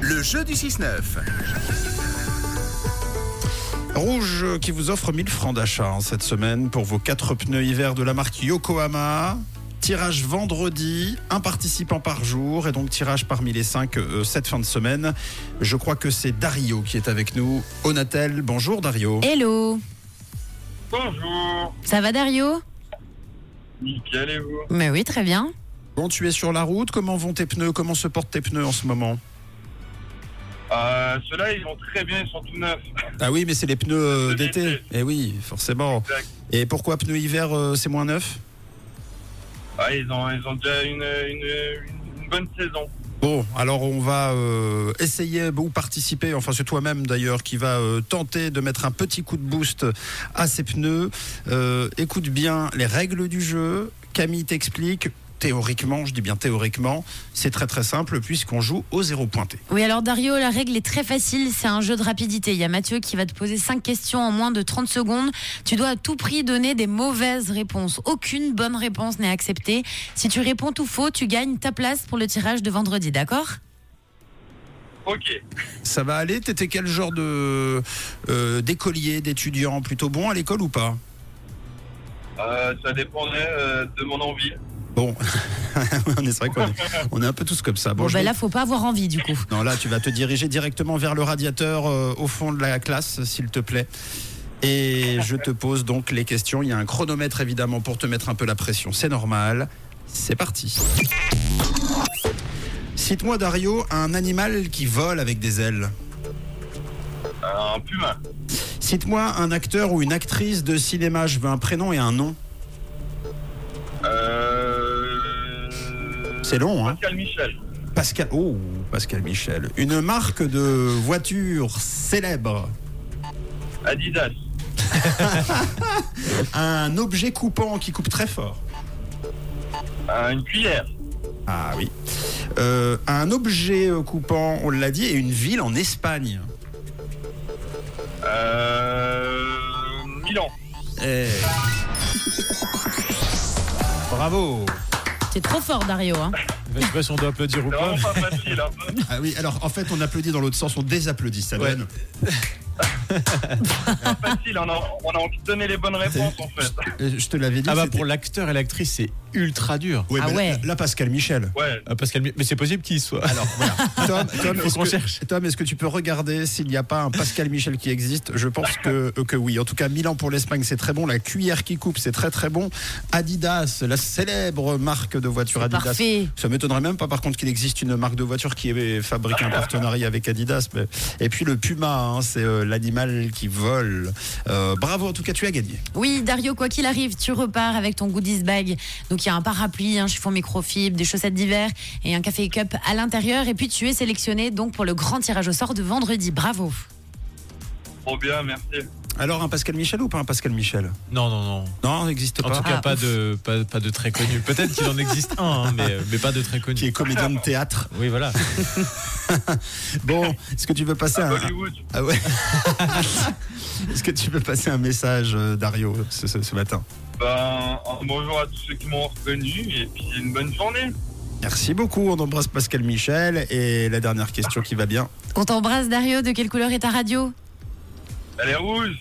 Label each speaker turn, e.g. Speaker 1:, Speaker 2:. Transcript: Speaker 1: Le jeu du 6-9.
Speaker 2: Rouge euh, qui vous offre 1000 francs d'achat hein, cette semaine pour vos quatre pneus hiver de la marque Yokohama. Tirage vendredi, un participant par jour et donc tirage parmi les cinq euh, cette fin de semaine. Je crois que c'est Dario qui est avec nous. Onatel, bonjour Dario.
Speaker 3: Hello,
Speaker 4: Bonjour,
Speaker 3: ça va Dario
Speaker 4: nickel et vous
Speaker 3: Mais oui, très bien.
Speaker 2: Bon, tu es sur la route, comment vont tes pneus Comment se portent tes pneus en ce moment
Speaker 4: euh, Ceux-là, ils vont très bien, ils sont tout neufs.
Speaker 2: Ah oui, mais c'est les pneus euh,
Speaker 4: Pneus
Speaker 2: d'été.
Speaker 4: d'été.
Speaker 2: Eh oui, forcément.
Speaker 4: Exact.
Speaker 2: Et pourquoi pneus hiver, euh, c'est moins neuf
Speaker 4: Ah, ils, ont, ils ont déjà une, une, une bonne saison.
Speaker 2: Bon, alors on va euh, essayer ou participer, enfin c'est toi-même d'ailleurs qui va euh, tenter de mettre un petit coup de boost à ces pneus. Euh, écoute bien les règles du jeu, Camille t'explique, théoriquement, je dis bien théoriquement, c'est très très simple puisqu'on joue au zéro pointé.
Speaker 3: Oui, alors Dario, la règle est très facile, c'est un jeu de rapidité. Il y a Mathieu qui va te poser 5 questions en moins de 30 secondes. Tu dois à tout prix donner des mauvaises réponses. Aucune bonne réponse n'est acceptée. Si tu réponds tout faux, tu gagnes ta place pour le tirage de vendredi, d'accord
Speaker 4: Ok.
Speaker 2: Ça va aller T'étais quel genre de euh, d'écolier, d'étudiant plutôt bon à l'école ou pas
Speaker 4: Euh, ça dépendait euh, de mon envie.
Speaker 2: Bon, on est c'est vrai qu'on est, on est un peu tous comme ça.
Speaker 3: Bon,
Speaker 2: je
Speaker 3: ben
Speaker 2: vais-
Speaker 3: là, faut pas avoir envie du coup.
Speaker 2: Non, là, tu vas te diriger directement vers le radiateur euh, au fond de la classe, s'il te plaît. Et je te pose donc les questions. Il y a un chronomètre, évidemment, pour te mettre un peu la pression. C'est normal. C'est parti. Cite-moi, Dario, un animal qui vole avec des ailes.
Speaker 4: Euh, un puma.
Speaker 2: Cite-moi un acteur ou une actrice de cinéma. Je veux un prénom et un nom.
Speaker 4: Euh...
Speaker 2: C'est long, hein
Speaker 4: Pascal Michel.
Speaker 2: Pascal. Oh, Pascal Michel. Une marque de voiture célèbre.
Speaker 4: Adidas.
Speaker 2: Un objet coupant qui coupe très fort.
Speaker 4: Euh, une cuillère.
Speaker 2: Ah oui. Euh, un objet euh, coupant, on l'a dit, et une ville en Espagne.
Speaker 4: Euh... Milan.
Speaker 2: Eh. Bravo.
Speaker 3: T'es trop fort, Dario. Hein.
Speaker 5: Je sais pas si on doit applaudir ou
Speaker 4: C'est
Speaker 5: pas.
Speaker 2: bah,
Speaker 4: vraiment pas facile. Hein.
Speaker 2: Ah oui, alors en fait, on applaudit dans l'autre sens, on désapplaudit, ça donne.
Speaker 4: Pas facile. On a, on a envie de donner les bonnes réponses en fait.
Speaker 2: Euh, Je te l'avais dit.
Speaker 5: Ah bah
Speaker 2: c'était-
Speaker 5: pour l'acteur et l'actrice, c'est ultra dur.
Speaker 2: Ouais,
Speaker 3: Ah
Speaker 2: mais là-
Speaker 3: ouais.
Speaker 2: Là, Pascal Michel.
Speaker 4: Ouais.
Speaker 5: Ah, Pascal, Mi- mais c'est possible qu'il soit.
Speaker 2: Alors voilà. Tom, Tom,
Speaker 5: Faut
Speaker 2: est-ce
Speaker 5: qu'on
Speaker 2: que-
Speaker 5: cherche.
Speaker 2: Tom, est-ce que tu peux regarder s'il n'y a pas un Pascal Michel qui existe Je pense que, euh, que oui. En tout cas, Milan pour l'Espagne, c'est très bon. La cuillère qui coupe, c'est très très bon. Adidas, la célèbre marque de voiture Adidas.
Speaker 3: Parfait.
Speaker 2: Ça m'étonnerait même pas, par contre, qu'il existe une marque de voiture qui est fabriquée en partenariat avec Adidas. mais- Et puis le puma, hein, c'est euh, l'animal qui vole. Euh, bravo, en tout cas, tu as gagné.
Speaker 3: Oui, Dario, quoi qu'il arrive, tu repars avec ton goodies bag. Donc, il y a un parapluie, un chiffon microfibre, des chaussettes d'hiver et un café cup à l'intérieur. Et puis, tu es sélectionné donc pour le grand tirage au sort de vendredi. Bravo.
Speaker 4: Trop bien, merci.
Speaker 2: Alors, un Pascal Michel ou pas un Pascal Michel
Speaker 5: Non, non, non.
Speaker 2: Non, n'existe
Speaker 5: En
Speaker 2: pas.
Speaker 5: tout cas,
Speaker 3: Ah,
Speaker 5: pas, de, pas, pas de très connu. Peut-être qu'il en existe un, hein, mais, mais pas de très
Speaker 2: Qui
Speaker 5: connu.
Speaker 2: est comédien de théâtre.
Speaker 5: Oui, voilà.
Speaker 2: Bon, est-ce que tu veux passer un,
Speaker 4: Hollywood.
Speaker 2: Ah ouais Est-ce que tu peux passer un message, euh, Dario, ce, ce- ce matin
Speaker 4: Ben, un bonjour à tous ceux qui m'ont reconnu et puis une bonne journée.
Speaker 2: Merci beaucoup, on embrasse Pascal Michel. Et la dernière question qui va bien.
Speaker 3: On t'embrasse, Dario. De quelle couleur est ta radio
Speaker 4: Elle est rouge.